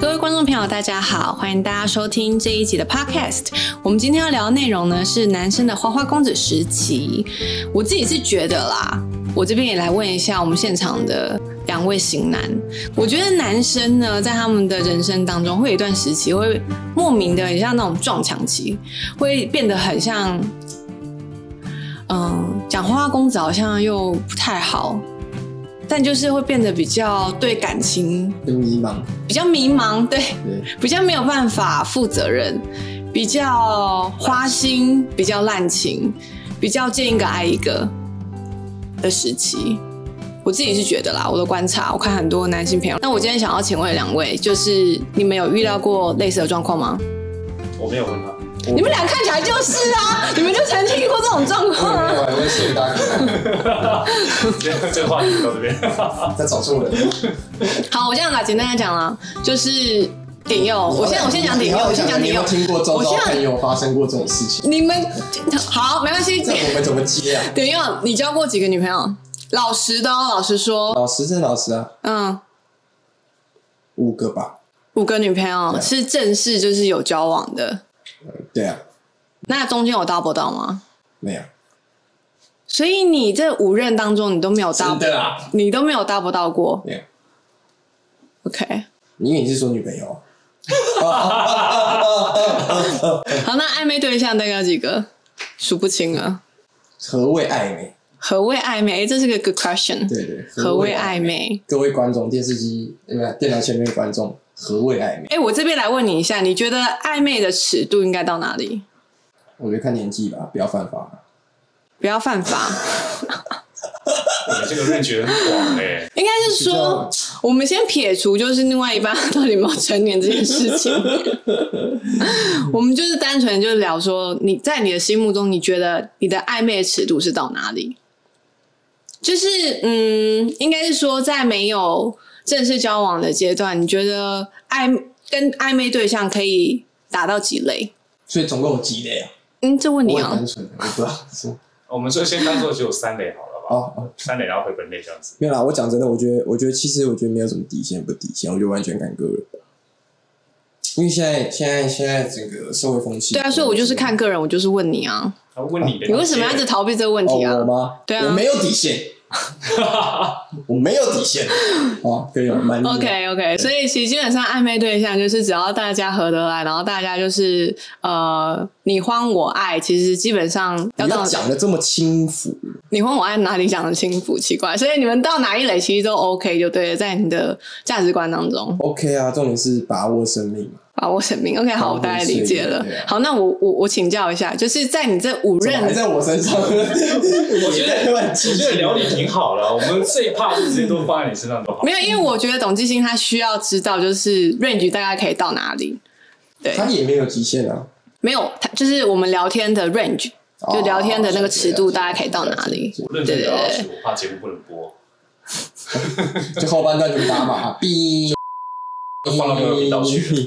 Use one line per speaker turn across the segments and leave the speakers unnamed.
各位观众朋友，大家好，欢迎大家收听这一集的 Podcast。我们今天要聊的内容呢是男生的花花公子时期。我自己是觉得啦，我这边也来问一下我们现场的两位型男，我觉得男生呢在他们的人生当中会有一段时期会莫名的很像那种撞墙期，会变得很像，嗯，讲花花公子好像又不太好。但就是会变得比较对感情
很迷茫，
比较迷茫，对，
对，
比较没有办法负责任，比较花心，比较滥情，比较见一个爱一个的时期。我自己是觉得啦，我的观察，我看很多男性朋友。那我今天想要请问两位，就是你们有遇到过类似的状况吗？
我没有问他，
你们俩看起来就是啊，你们就曾经遇过这种状况啊。
我还会睡大概，
这这个话题到这边。
在找错人。
好，我这样啦，简单来讲啦，就是顶佑，我先我先讲顶
你
佑，
要
我先讲
你
顶
有
佑
没有。听过周
我
遭
现在
朋友发生过这种事情，
你们好，没关 系。
这我们怎么接啊？
等一下，你交过几个女朋友？老实的、哦，老实说，
老实，真老实啊，
嗯，
五个吧。
五个女朋友
对
是正式就是有交往的，
对啊，
那中间有 double 到吗？
没有，
所以你这五任当中，你都没有 double，
的啊，
你都没有 double 到过。
对啊。
OK，
因为你是说女朋友，
好，那暧昧对象大概有几个？数不清了。
何谓暧昧？
何谓暧昧？诶哎这是个 good question。
对对，
何谓
昧？
暧昧？
各位观众，电视机呃，电脑前面的观众，何谓暧昧？
哎、我这边来问你一下，你觉得暧昧的尺度应该到哪里？
我觉得看年纪吧，不要犯法啊。
不要犯法。
我们这个认觉很广哎、
应该是说，我们先撇除就是另外一半到底有没有成年这件事 情，我们就是单纯就聊说，你在你的心目中，你觉得你的暧昧尺度是到哪里？就是嗯，应该是说，在没有正式交往的阶段，你觉得暧跟暧昧对象可以达到几类？
所以总共有几类啊？
嗯，这问你
我很
啊
单，纯，我不知道是
我们就先当做只有三类好了吧，
哦哦，
三类然后回本类这样子。
没有啦，我讲真的，我觉得，我觉得其实我觉得没有什么底线不底线，我觉得完全看个人。因为现在现在现在整个社会风气，
对啊，所以我就是看个人，我就是问你啊，
他问你的，
你为什么要一直逃避这个问
哦
题啊？
我吗？
对啊
我没有底线， 我没有底线哦，可以了，蛮厉害
OK OK，所以其实基本上暧昧对象就是只要大家合得来，然后大家就是呃你欢我爱，其实基本上要
不
到
要讲的这么轻浮，
你欢我爱哪里讲的轻浮奇怪，所以你们到哪一类其实都 OK 就对了，在你的价值观当中
OK 啊，重点是把握生命嘛，
把握生命。OK，好，我大概理解了
对啊。
好，那我我我请教一下，就是在你这五
怎么还
任。
在我身上，我
觉得
乱
我
记
觉得聊你挺好了，我们这一趴就直接都放在你身上都好。
没有，因为我觉得董继兴他需要知道，就是 range 大概可以到哪里。对，
他也没有极限啊，
没有，他就是我们聊天的 range，就聊天的那个尺度，
哦
大家可以到哪里？
我认真聊下去，我怕节目不能播，
就后半段就打码，哔，
就放到那个频道去了。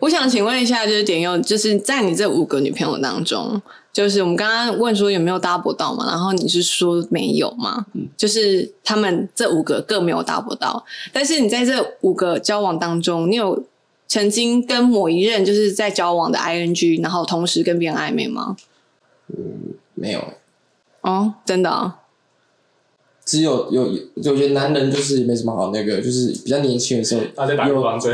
我想请问一下，就是点佑，就是在你这五个女朋友当中，就是我们刚刚问说有没有 double 到嘛，然后你是说没有嘛？就是他们这五个各没有 double 到，但是你在这五个交往当中，你有曾经跟某一任就是在交往的 ing，然后同时跟别人暧昧吗？
没有。
哦，真的啊、
只有有有，我觉得男人就是没什么好那个，就是比较年轻的时候，
他在打预啊
有
防针，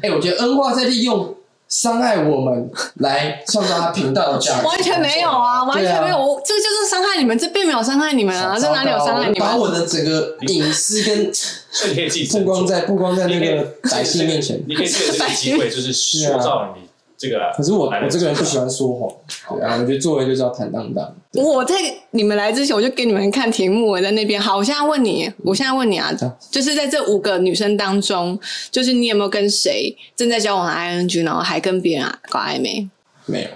哎、我觉得恩化在利用伤害我们来创造他频道的价值，
完全没有啊，完全没有，
对
我这就是伤害你们，这并没有伤害你们 啊，这哪里有伤害你
我把
们？
我的整个隐私跟
所以你可以自己斟酌
曝光在曝光在那
你可以
个百姓面前。
你可以借这个机会，就是塑造你这个。
可是我我这个人不喜欢说谎，对啊，我觉得做人就是要坦荡荡。对
我在你们来之前，我就给你们看题目，我在那边。好，我现在问你，我现在问你啊
嗯好，
就是在这五个女生当中，就是你有没有跟谁正在交往的 ing，然后还跟别人啊搞暧昧？
没有，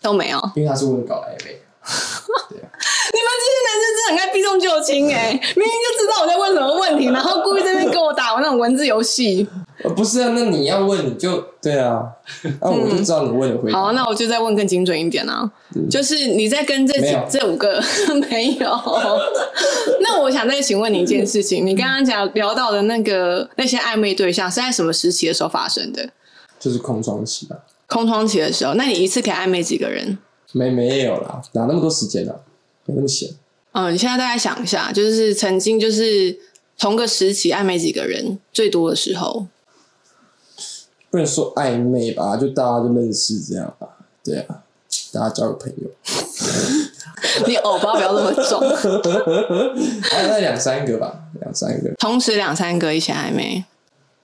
都没有。
因为他是问搞暧昧，
你们这些男生真的很爱避重就轻哎、明明就知道我在问什么问题，然后故意在那边跟我打我那种文字游戏。
呃不是啊，那你要问你就对啊，那、我就知道你问的回
嗯
答。
好，那我就再问更精准一点啊，就是你在跟这
没
几
有
这五个 没有？那我想再请问你一件事情，你刚刚讲聊到的那个那些暧昧对象是在什么时期的时候发生的？
就是空窗期啊吧？
空窗期的时候，那你一次可以暧昧几个人？
没没有啦，哪那么多时间啊？没那么闲。
嗯，你现在大概想一下，就是曾经就是同个时期暧昧几个人最多的时候，
不能说暧昧吧，就大家就认识这样吧。对啊，大家交个朋友，
你偶包不要那么重，
还有那两三个吧，两三个。
同时两三个一起暧昧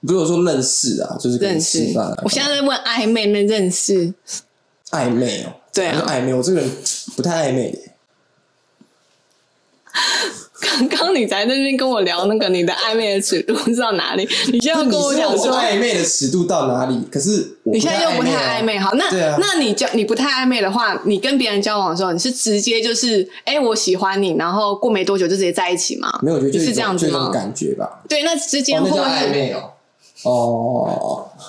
如果说认识啊，就是可能
认
吃
识
饭啊。。
我现在在问暧昧那认识，
暧昧哦、
对啊
还是暧昧，我这个人不太暧昧的。
刚刚你才在那边跟我聊那个你的暧昧的尺度是到哪 里，你现在又跟我讲
你知道
说哎
我。暧昧的尺度到哪里？可是我
你现在又不
啊
太暧昧，好，那、
对啊
那你交你不太暧昧的话，你跟别人交往的时候，你是直接就是，哎、我喜欢你，然后过没多久就直接在一起吗？
没有，我觉得
你
就是
这样子
就一种
吗？
感觉吧。
对，那之
哦
间，会
那
不
叫
会
暧昧哦、哦，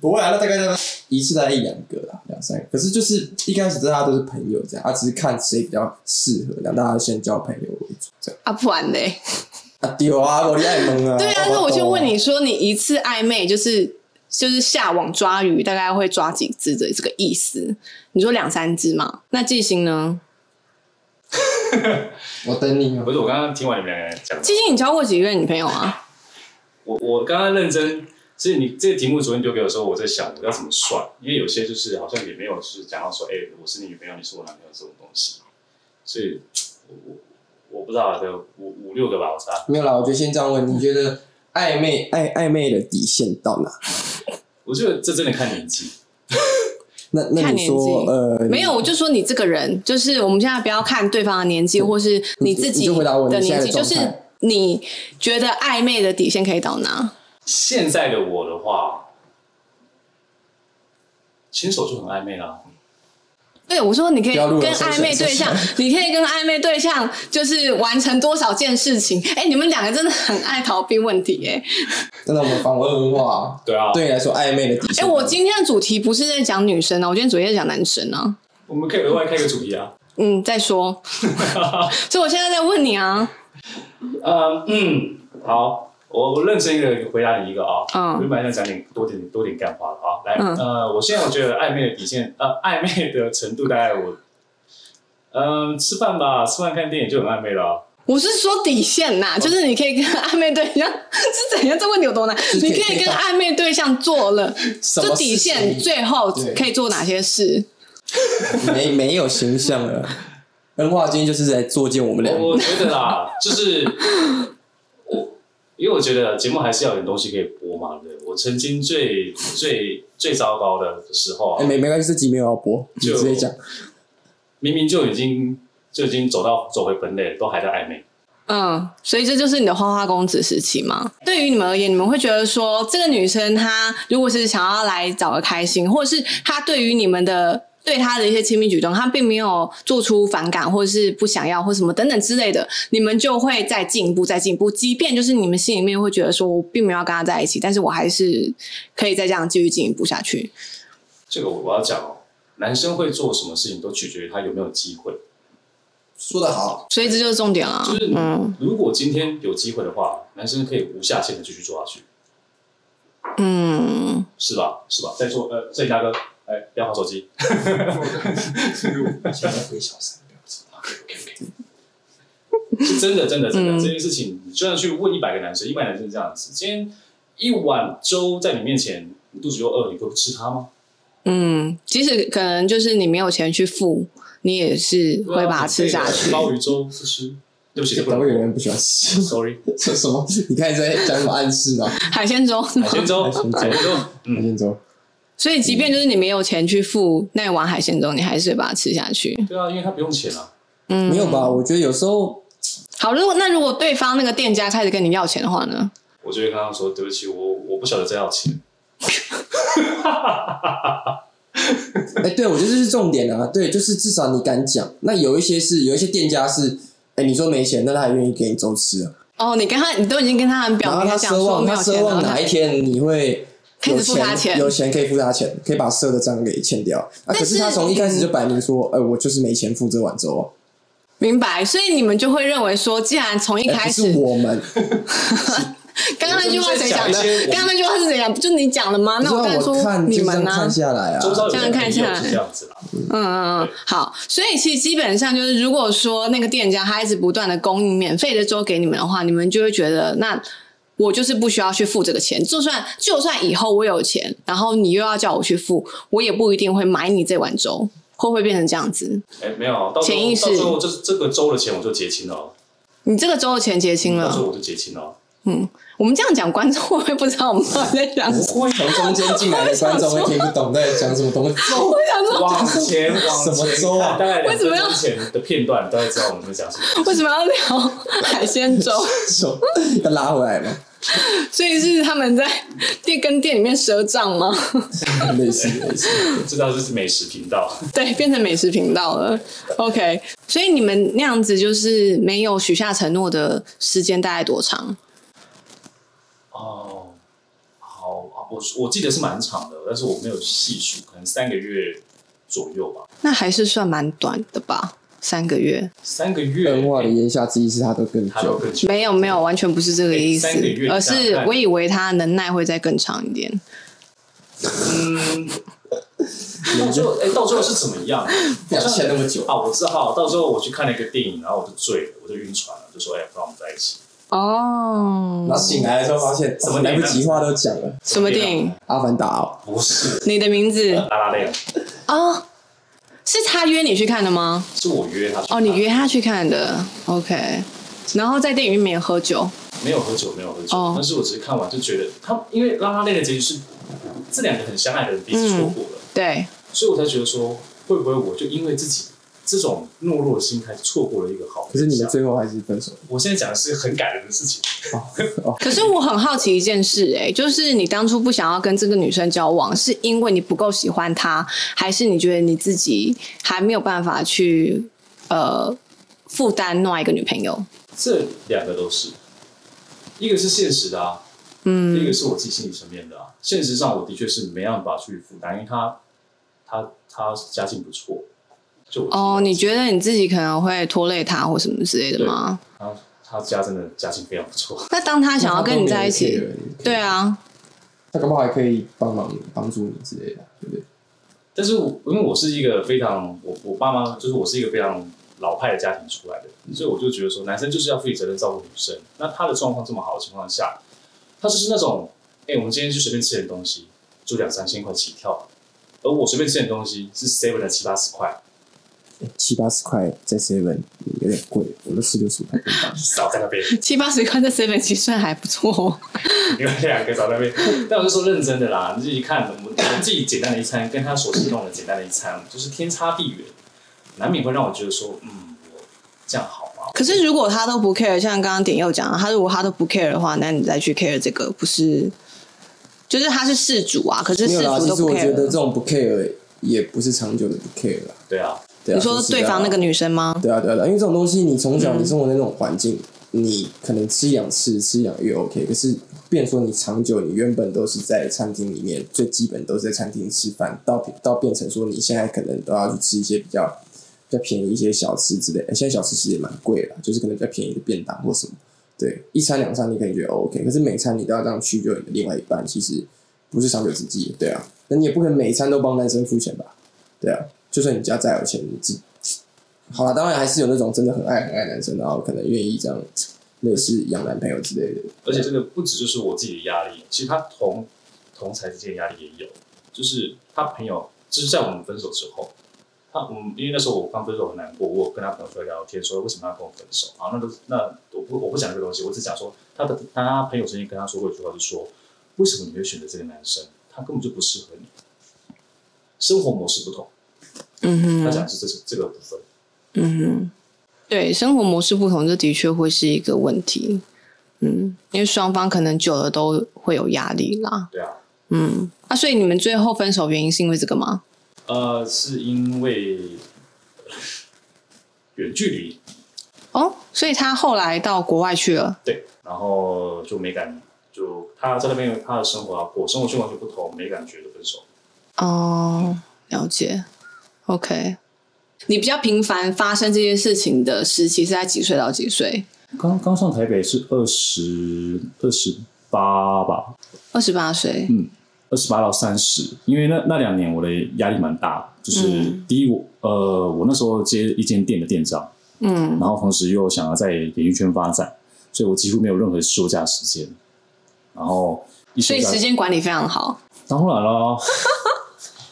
不会啊，那大概大概一次大概一两个啦，两三个。可是就是一开始大家都是朋友这样，啊，只是看谁比较适合，让大家先交朋友为主这样。
啊，不然嘞？
啊，丢啊，我的爱蒙啊。
对啊，
我
那我就问，你说，你一次暧昧就是就是下网抓鱼，大概会抓几只的这个意思？你说两三只嘛？那季星呢？
我等你哦、
不是我刚刚听完你们两个讲，
季星，你交过几任女朋友啊？
我我刚刚认真，是你这个题目昨天丢给我的时候，我在想我要怎么算，因为有些就是好像也没有就是讲到说，哎、我是你女朋友，你是我男朋友这种东西，所以我我我不知道啊，这五五六个吧，我猜。
没有啦，我觉得先这样问，你觉得暧昧暧暧昧的底线到哪？
我觉得这真的看年纪，
那那
看
你
年纪
说呃，
没有，我就说你这个人，就是我们现在不要看对方的年纪，或是你自
你
己
就回答我
的
你现
年
在的
纪，就
状
是
态
你觉得暧昧的底线可以到哪？
现在的我的话，牵手就很暧昧啦、
对，我说你可以
不要录了
跟
谢谢
暧昧对象
谢，
你可以跟暧昧对象就是完成多少件事情？哎、你们两个真的很爱逃避问题、哎。
真的我们访问文化，
对啊，
对你来说暧昧的底
哎、
线到哪。
我今天的主题不是在讲女生啊，我今天主题在讲男生啊。
我们可以额外开一个主题啊。
嗯，再 说，所以我现在在问你啊，
呃，嗯，好，我我认真一个回答你一个啊、
嗯
我就蛮想讲点多点多点干话的啊。来，
嗯
呃，我现在我觉得暧昧的底线，呃， 暧昧的程度大概我，嗯、吃饭吧，吃饭看电影就很暧昧了啊、
我是说底线
哦
呐、就是你可以跟暧昧对象是怎样？这问题有多难？
是可
你
以
可以跟暧昧对象做了，
什
就
么
底
事
线
情
最后
对
可以做哪些事？
没没有形象了。 文化今天就是在作践我们两个，
我我觉 得啦，就是我，因为我觉得节目还是要有点东西可以播嘛，对不对。我曾经最最最糟糕的时候啊、
哎、没没关系，这集没有要播，你
就
直接讲。
明明就已经就已经走到走回本垒，都还在暧昧。
嗯，所以这就是你的花花公子时期嘛。对于你们而言，你们会觉得说，这个女生她如果是想要来找个开心，或者是她对于你们的对她的一些亲密举动，她并没有做出反感，或者是不想要，或什么等等之类的，你们就会再进一步，再进一步。即便就是你们心里面会觉得说，我并没有要跟她在一起，但是我还是可以再这样继续进一步下去。
这个我我要讲哦，男生会做什么事情都取决于他有没有机会。
说的好，
所以这就是重点啦。
就是
嗯
如果今天有机会的话，男生可以无下限的继续做下去，
嗯。
是吧？是吧？再说，呃，摄影大哥，哎，不要划手 机。
现在回小三，
是真的，真的，真的，
嗯
这件事情，你就算去问一百个男生，一百男生是这样子，今天一碗粥在你面前，你肚子又饿，你会不吃它吗？
嗯，即使可能就是你没有钱去付，你也是会把它吃下去。
啊鲍鱼粥不吃，对不起，这不
不
能
会有
播
人不喜欢吃
Sorry，
这什么？ 你开始在讲什么暗示啊？
海鲜粥，
海鲜粥，海
海
鲜
鲜
粥，
海
嗯，
鲜粥，
所以即便就是你没有钱去付那一碗海鲜粥，你还是会把它吃下去。
对啊，因为他不用钱啊，
嗯，
没有吧？？我觉得有时候
好，如果那如果对方那个店家开始跟你要钱的话呢？
我就会跟他说，对不起，我我不晓得这要钱。
哎、对，我觉得这是重点啊。对，就是至少你敢讲。那有一些是有一些店家是，哎、你说没钱，那他也愿意给你周吃啊。
哦，你跟他，你都已经跟他很
然
表
后
明
他
讲
奢
说
望，
没
他
有钱，
奢
然后
望
他
哪一天你会
开
有
始付他钱
有钱可以付他钱，可以把所有的账给欠掉。啊，可
但
是
是嗯
他从一开始就摆明说，哎、我就是没钱付这碗粥、啊。
明白，所以你们就会认为说，既然从一
哎
开
不
始哦
是，我们，
刚刚那句话谁讲的
我们在讲一些我？们
刚刚那句话是谁讲？不就你讲的吗？那
我
当然
我
说
看
你
就这样
们呢、
看下来啊，
周遭有些
这样看下来
朋友是这样子啦，
嗯嗯，嗯，好，所以其实基本上就是，如果说那个店家他一直不断的供应免费的粥给你们的话，你们就会觉得那。我就是不需要去付这个钱，就算就算以后我有钱，然后你又要叫我去付，我也不一定会买你这碗粥， 会不会变成这样子？
哎，没有，到时候
潜意识
到时候这这个周的钱我就结清了哦，
你这个粥的钱结清
到时候
了，
我就结清了哦。
我们这样讲，观众会不会不知道我们到底在讲什么？
会从中间进来的观众会听不懂在讲什么东西。
我想说，
往前往
什么粥啊
前看大概
嗯为
两
什么
分
要
钟前的片段，大概知道我们在讲什么。
为什么要聊海鲜粥？
手 要拉回来嘛，
所以是他们在店跟店里面赊账吗？
类似类似。
这道就是美食频道，
对，变成美食频道了。OK，所以你们那样子就是没有许下承诺的时间大概多长？
哦，好，我我记得是蛮长的，但是我没有细数，可能三个月左右吧。
那还是算蛮短的吧，三个月？
三个月，哎
人话的言下之意是他都更
他都
久，
更久。
没有没有，完全不是这个意思
哎三个月，
而是我以为他能耐会再更长一点。
嗯，到最后，哎，到最后是怎么样？
表现那么久，
啊，我知道，到时候我去看了一个电影，然后我就醉了，我就晕船了，就说哎，不让我们在一起。
哦
然后，醒来的时候发现
怎么
来
连
不及话都讲了，《
什么电影？
阿凡达》哦，
不是
你的名字
拉拉链，
哦，是他约你去看的吗？
是我约他去
哦，你
看
约他去看的，OK。然后在电影院没有喝酒，
没有喝酒，没有喝酒，
哦
但是我只是看完就觉得他，因为拉拉链的结局是这两个很相爱的人彼此错过了，
对，
所以我才觉得说，会不会我就因为自己这种懦弱的心态错过了一个好的
可是你们
对象
最后还是分 手了哦
我现在讲的是很感人的事情，
可是我很好奇一件事、哎，就是你当初不想要跟这个女生交往，是因为你不够喜欢她，还是你觉得你自己还没有办法去呃负担另外一个女朋友？
这两个都是，一个是现实的啊，一
嗯
个是我自己心理层面的啊。现实上，我的确是没办法去负担，因为他他他家境不错，就我自己
哦，
了解
你觉得你自己可能会拖累她或什么之类的吗？
他他家真的家境非常不错，
那当她想要跟你在一起，，对啊，
他搞不好还可以帮忙帮助你之类的，对不对？
但是我因为我是一个非常我我爸妈就是我是一个非常老派的家庭出来的，所以我就觉得说男生就是要负起责任照顾女生。那他的状况这么好的情况下，他就是那种哎、我们今天去随便吃点东西，就两三千块起跳，而我随便吃点东西是 seven 的七八十块，
哎七八十块在 seven 有点贵，我都吃六十五块便 当。
少在那边。
七八十块在 seven 其实算还不错、哦。
你们两个找那边。但我就说认真的啦，你自己看，我们我们自己简单的一餐，跟他所吃弄的简单的一餐，就是天差地远，难免会让我觉得说，嗯，我这样好吗？
可是如果她都不 care，像刚刚点佑讲的，她如果她都不 care 的话，那你再去 care 这个不是？就是她是事主啊，可是
没有
事
啦，
主
其
都
实
不
我
care
觉
了。
得这种不 care 也不是长久的不 care 啦。
对啊，
对啊
你说
说实在
对方
话
那个女生吗？
对啊，对啊，对啊因为这种东西，你从小你生活在那种环境，你可能吃一两次、吃一两月 OK，可是变说你长久，你原本都是在餐厅里面，最基本都是在餐厅吃饭，到到变成说你现在可能都要去吃一些比较比较便宜一些小吃之类的，现在小吃其实也蛮贵了，就是可能比较便宜的便当或什么。对，一餐两餐你可能觉得 OK，可是每餐你都要这样屈就你的另外一半，其实不是长久之计，对啊。那你也不可能每一餐都帮男生付钱吧？对啊，就算你家再有钱，你自好了，当然还是有那种真的很爱很爱男生，然后可能愿意这样类似养男朋友之类的。
而且这个不只就是我自己的压力，其实他同同才之间的压力也有，就是他朋友，就是在我们分手之后，他我们因为那时候我刚分手很难过，我有跟他朋友出来聊天，说为什么要跟我分手啊？那都是那我不我不讲这个东西，我只讲说他的他朋友曾经跟他说过一句话，就说为什么你会选择这个男生？他根本就不适合你，生活模式不同。
嗯
他
哼，
讲的是这是这个部分，
嗯哼，对，生活模式不同，这的确会是一个问题。嗯，因为双方可能久了都会有压力啦。啊
对啊，
嗯
嗯，那、所以你们最后分手原因是因为这个吗？
呃，是因为呃远距离，
哦，所以他后来到国外去了。
对，然后就没感，就他在那边有他的生活啊，我生活圈完全不同，没感觉就分手。
哦，了解。OK，你比较频繁发生这些事情的时期是在几岁到几岁？
刚刚上台北是二十二十八吧，
二十八岁。
嗯，二十八到三十，因为那那两年我的压力蛮大，就是第一我呃我那时候接一间店的店长，
嗯
然后同时又想要在演艺圈发展，所以我几乎没有任何休假时间，然后一休
所以
假
时间管理非常好，
当然了，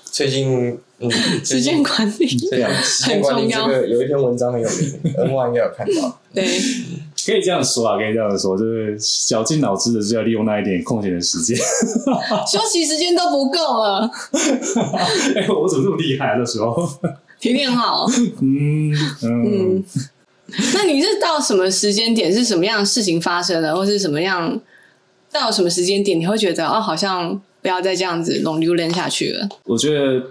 最近，嗯，
时间管理
这样，时间管理这个有一篇文章很有名，N 万应该有看到。
对，
可以这样说啊，可以这样说，就是绞尽脑汁的就要利用那一点空闲的时间。
休息时间都不够了，
哎、 我怎么这么厉害、啊？那时候，
体力很好。
嗯嗯
嗯，那你是到什么时间点？是什么样的事情发生的，或是什么样到什么时间点，你会觉得哦，好像不要再这样子拢溜连下去了？
我觉得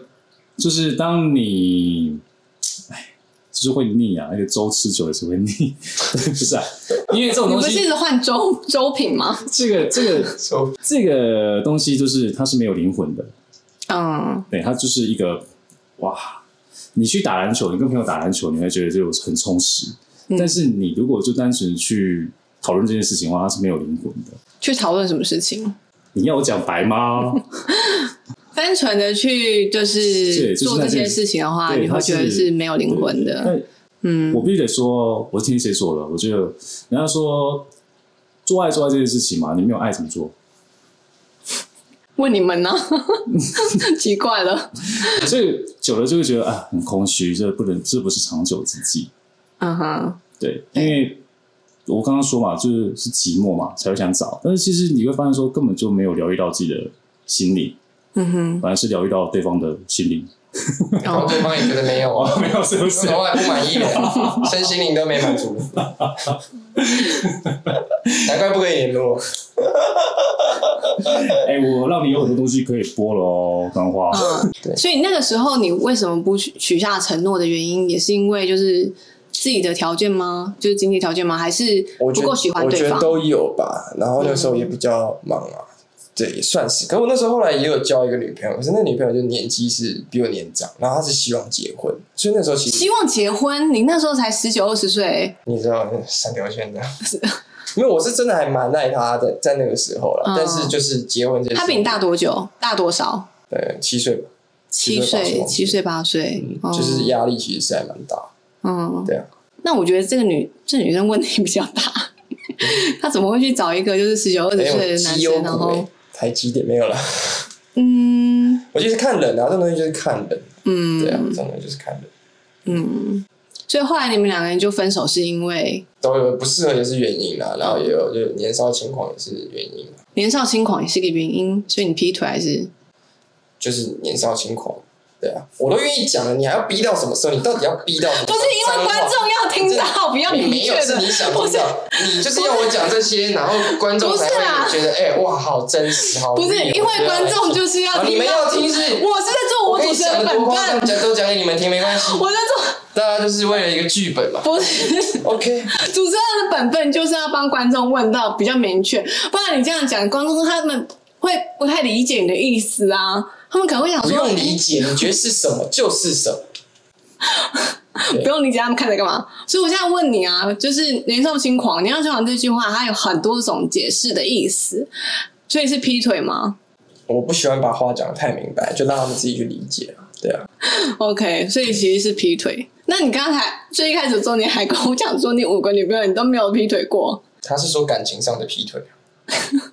就是当你，哎，就是会腻啊，那个粥吃久了是会腻， 不是啊？因为这种
你
东
不是一
西，
直换周周品吗？
这个这个
说
这个东西，就是它是没有灵魂的，
嗯，
对，它就是一个哇，你去打篮球，你跟朋友打篮球，你会觉得这个很充实。
嗯
但是你如果就单纯去讨论这件事情的话，它是没有灵魂的。
去讨论什么事情？
你要我讲 白吗？
单纯的去就是是
就是
做
那
这
件
些事情的话，
对
啊你会觉
它
得
是
是没有灵魂的。
但
嗯
我必须得说，我是听谁说的？我觉得人家说做爱做爱这件事情嘛，你没有爱怎么做？
问你 们呢、 奇怪了。
所以久了就会觉得啊，很空虚，这不能，这不是长久之计。
嗯哼，
对，因为我刚刚说嘛，就是是寂寞嘛，才会想找。但是其实你会发现说，根本就没有疗愈到自己的心灵，
嗯哼，
反而是疗愈到对方的心灵。
然后对方也觉得没有啊，
没有，是不是
从来不满意的，啊身心灵都没满足，难怪不可以联络。
哎、我让你有很多东西可以播了哦，刚花。
对
嗯所以那个时候你为什么不许许下承诺的原因，也是因为就是自己的条件吗？就是经济条件吗？还是不
我觉得
够喜欢
我觉
对
得
方？嗯
都有吧。然后那时候也比较忙啊，对，也算是。可我那时候后来也有交一个女朋友，可是那女朋友就年纪是比我年长，然后她是希望结婚，所以那时候其实
希望结婚，你那时候才十九二十岁，
你知道三条 线的。没有，我是真的还蛮爱她的，在那个时候了。
嗯
但是就是结婚这件事，
他比你大多久？大多少？
呃七岁吧，
七
岁八
岁，
岁
七岁八岁，哦
嗯就是压力其实是还蛮大。
嗯，
对啊，
那我觉得这个女这女生问题比较大， 她怎么会去找一个就是十九二十
没
岁
有
的男
绩优
生？然
股欸
后，
台积电没有了。
嗯
我就是看人啊，这种东西就是看人，对啊，
嗯
这种东西就是看人。
嗯，所以后来你们两个人就分手，是因为
都有不适合也是原因啦，然后也有就年少轻狂也是原因啦，
年少轻狂也是一个原因，所以你劈腿还是
就是年少轻狂，对啊，我都愿意讲了，你还要逼到什么时候？你到底要逼到什么时
不
候？
是因为观众要听到，不要
你
明
没
确
有是
的
你想，
不
听
是
到，你就是要我讲这些，然后观众才
不是啊
会觉得哎、哇好真实，好
不是因为观众
就
就是要
啊你
听
们
到，
要听是
我是在做
我
我
跟
主
你
持人
讲的
本
多夸
分
张，，讲都讲给你们听没 关系，
我在做
大家就是为了一个剧本嘛
不是。
，OK，
主持人的本分就是要帮观众问到比较明确，不然你这样讲，观众他们会不太理解你的意思啊。他们可能会想
不
说，
用理
诶
解，你觉得是什么就是什么，
不用理解他们看着干嘛。所以我现在问你啊，就是年少轻狂，年少轻狂这句话，它有很多种解释的意思。所以是劈腿吗
我不喜欢把话讲得太明白，就让他们自己去理解，对啊。
？OK，所以其实是劈腿。那你刚才最一开始的时候，你还跟我讲说你五个女朋友你都没有劈腿过，
他是说感情上的劈腿，啊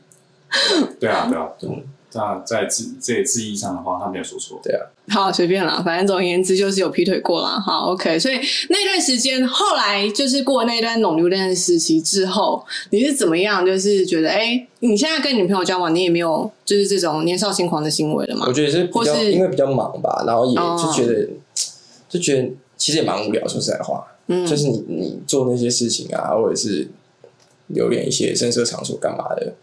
对啊，对啊，对。那在字这字义上的话，他没有说错。
对啊，
好，随便啦，反正总而言之就是有劈腿过啦。好，OK，所以那段时间后来就是过那段冷流恋的时期之后，你是怎么样？就是觉得，哎、你现在跟女朋友交往，你也没有就是这种年少轻狂的行为了嘛
我？觉得是比
或
较
是
因为比较忙吧，然后也
哦
就觉得、就觉得其实也蛮无聊，说实在话，
嗯
就是你你做那些事情啊，或者是留恋一些深色场所干嘛的，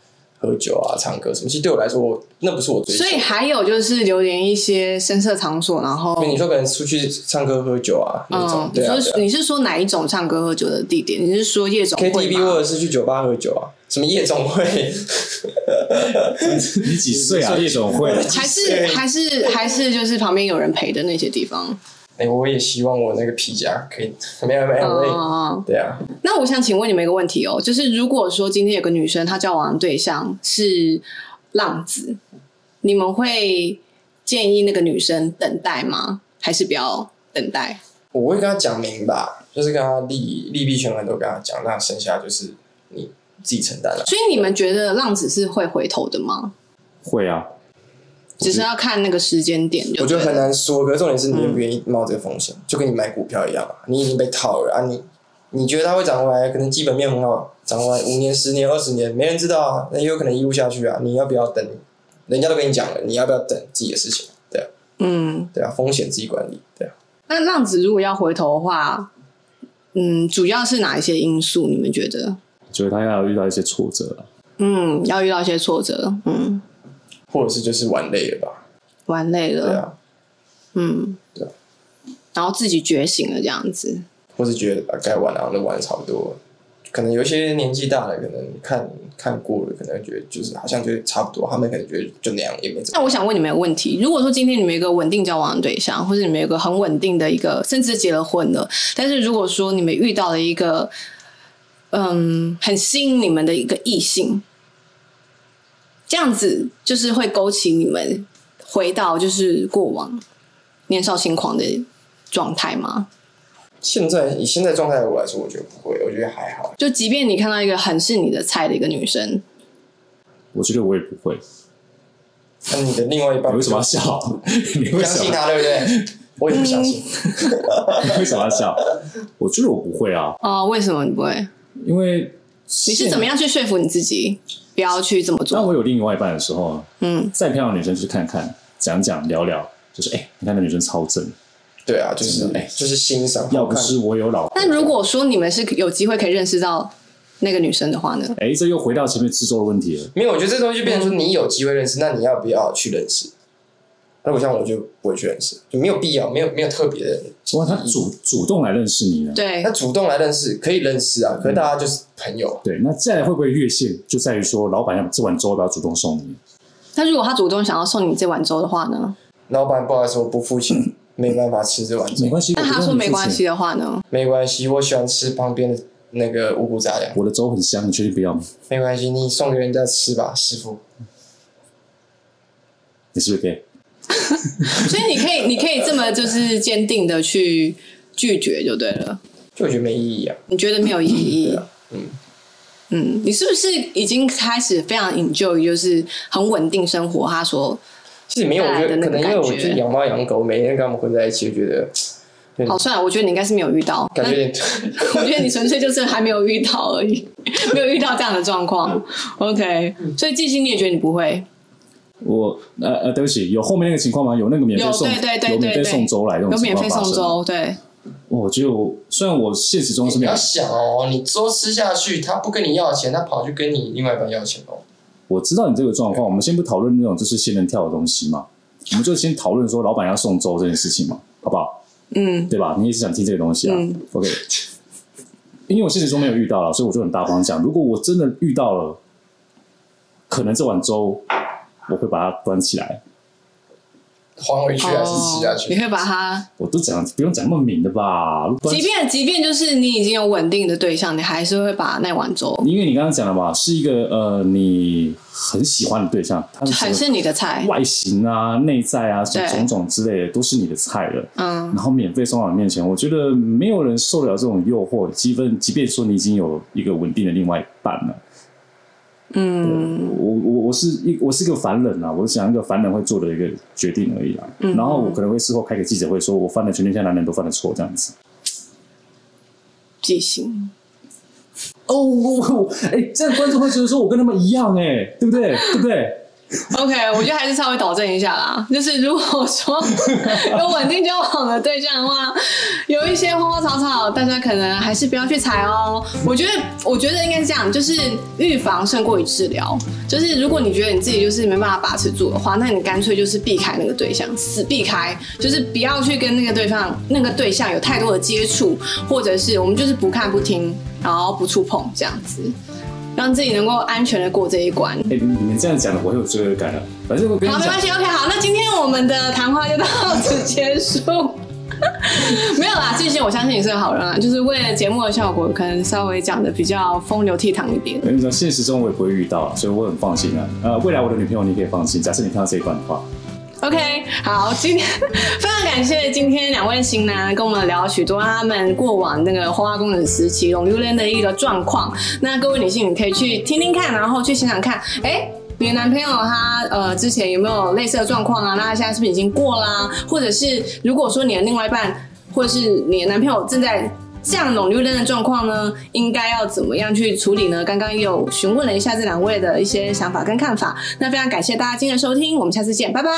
喝酒啊、唱歌什么，其实对我来说，我那不是我追求
所。以还有就是流连一些深色场所，然后
因为你说可能出去唱歌喝酒啊那种
嗯，，哦你
对啊
说
对啊
你是说哪一种唱歌喝酒的地点？你是说夜总会
，KTV
吗
或？者是去酒吧喝酒啊，什么夜 总会，
你几岁啊？夜总会，
还是还是还是就是旁边有人陪的那些地方？
哎、我也希望我那个皮夹可以， 没有没有没有，
嗯，
对啊，
那我想请问你们一个问题哦，就是如果说今天有个女生她交往的对象是浪子，你们会建议那个女生等待吗？还是不要等待？
我会跟他讲明吧，就是跟他利利弊权衡都跟他讲，那剩下就是你自己承担了。
所以你们觉得浪子是会回头的吗？
会啊，
只是要看那个时间点就对了，
我觉得很难说，可是重点是你愿不愿意冒这个风险，就跟你买股票一样嘛，你已经被套了啊你。你觉得它会涨回来，可能基本面很好，涨回来五年、十年、二十年，没人知道啊，那也有可能一路下去啊。你要不要等？人家都跟你讲了，你要不要等自己的事情？对啊，
嗯。
对啊，风险自己管理，对啊。
那浪子如果要回头的话，嗯，主要是哪一些因素？你们觉得？
觉得他要遇到一些挫折了。
嗯，要遇到一些挫折，嗯，
或者是就是玩累了吧，
玩累
对
了，
啊，
嗯，
对啊
然后自己觉醒了这样子，
或是觉得啊该玩啊，那玩得差不多了。可能有一些年纪大了，可能看看过了，可能觉得就是好像觉得差不多，他们可能觉得就那样，也没怎么
那我想问你们一个问题：如果说今天你们有一个稳定交往的对象，或者你们有一个很稳定的一个，甚至结了婚了，但是如果说你们遇到了一个，嗯，很吸引你们的一个异性，这样子就是会勾起你们回到就是过往年少轻狂的状态吗？
现在以现在状态的我来说，我觉得不会，我觉得还好。
就即便你看到一个很是你的菜的一个女生，
我觉得我也不会。
那你的另外一半
你为什么要笑？ 你
不
为
哦相
什
信
么？
他，对不 对？我也不相信。
你为什么要笑？我觉得我不会啊，
哦、为什么你不会？
因为
你是怎么样去说服你自己不要去这么
当
做？
我有另外一半的时候，啊
嗯。
再漂亮的女生去看看、讲讲、聊聊，就是哎、你看那女生超正，
对啊，就是
哎
就是欣赏。
要不
好看
是我有老婆，
那如果说你们是有机会可以认识到那个女生的话呢？
哎、这又回到前面制作的问题了。
没有，我觉得这东西就变成说，你有机会认识，那你要不要去认识？那我像我就不会去认识，就没有必要，没有没有特别的。
哇，她主主动来认识你呢？
对
那，主动来认识可以认识啊，可是大家就是朋友，
对，那再来会不会越线，就在于说老板要这碗粥要不要主动送你？
那如果他主动想要送你这碗粥的话呢？
老板不好意思，我不付 钱，没办法吃这碗粥
没，关系，
那
我不
他
用
说
你
没
付
关
钱
系，的话呢？
没关系，我喜欢吃旁边的那个五谷杂粮，
我的粥很香，你确定不要吗？
没关系，你送给人家吃吧，师傅。
你是不是 gay？
所以你可以，你可以这么就是坚定的去拒绝就对了。
就我觉得没意义啊。
你觉得没有意义？
啊
嗯，你是不是已经开始非常 enjoy 就是很稳定生活？他说
其实没有，我觉
啊带来的
得
那个
可能因为
感
我
觉
就是养猫养狗，每天跟他们混在一起，就觉得
好，哦算了，我觉得你应该是没有遇到，
感觉有点
我觉得你纯粹就是还没有遇到而已，没有遇到这样的状况。OK，所以季星你也觉得你不会？
我呃呃，对不起，有后面那个情况吗？有那个免费
有
送，
对对对
有免
对
费
对
送粥来这种
有
情
免
况
费
发
送
生。
粥，对，
我觉得我虽然我现实中是
你
没有
要，想哦，你粥吃下去，他不跟你要钱，他跑去跟你另外一半要钱哦。
我知道你这个状况，我们先不讨论那种就是仙人跳的东西嘛，我们就先讨论说老板要送粥这件事情嘛，好不好？
嗯，
对吧？你也是想听这个东西啊、
嗯
o k 因为我现实中没有遇到了，所以我就很大方讲，如果我真的遇到了，可能这碗粥我会把它端起来。
还回去还是吃下
哦、
去
你？会把它，
我都讲不用讲那么明的吧？端
即
起
便即便就是你已经有稳定的对象，你还是会把那碗粥，
因为你刚刚讲了嘛，是一个呃你很喜欢的对象，他的
很
整
是你的菜
个，外形啊、内在啊、种
对
种种之类的，都是你的菜了。
嗯
然后免费送到你面前，我觉得没有人受得了这种诱惑。即便即便说你已经有一个稳定的另外一半了，
嗯
我我我是一我是一个凡人啊，我想一个凡人会做的一个决定而已啊。
嗯
然后我可能会事后开个记者会，说我犯了全天下男人都犯的错这样
嗯
子。
记性。
哦，我我哎，这样观众会觉得说我跟他们一样哎、对不对？对不对？
OK，我觉得还是稍微导正一下啦。就是如果说 有稳定交往的对象的话，有一些花花草草，大家可能还是不要去踩哦。我觉得，我觉得应该是这样，就是预防胜过于治疗。就是如果你觉得你自己就是没办法把持住的话，那你干脆就是避开那个对象，死避开，就是不要去跟那个对象那个对象有太多的接触，或者是我们就是不看不听，然后不触碰这样子，让自己能够安全的过这一关。
哎、你们这样讲的，我很有罪恶感了。反正我跟你
好，没
讲
关，系，OK，好，那今天我们的谈话就到此结束。 没有啦，这些我相信你是个好人啊，就是为了节目的效果，可能稍微讲的比较风流倜傥一点。
哎跟你讲，现实中我也不会遇到啊，所以我很放心啊。呃，未来我的女朋友你可以放心，假设你看到这一段的话，
OK，好，今天非常感谢今天两位型男跟我们聊许多他们过往那个花花公子时期龙榴莲的一个状况。那各位女性，你可以去听听看，然后去想想看，哎、你的男朋友他呃之前有没有类似的状况啊？那他现在是不是已经过啦、或者是如果说你的另外一半或者是你的男朋友正在这样冷溜溜的状况呢，应该要怎么样去处理呢？刚刚有询问了一下这两位的一些想法跟看法，那非常感谢大家今天的收听，我们下次见，拜拜。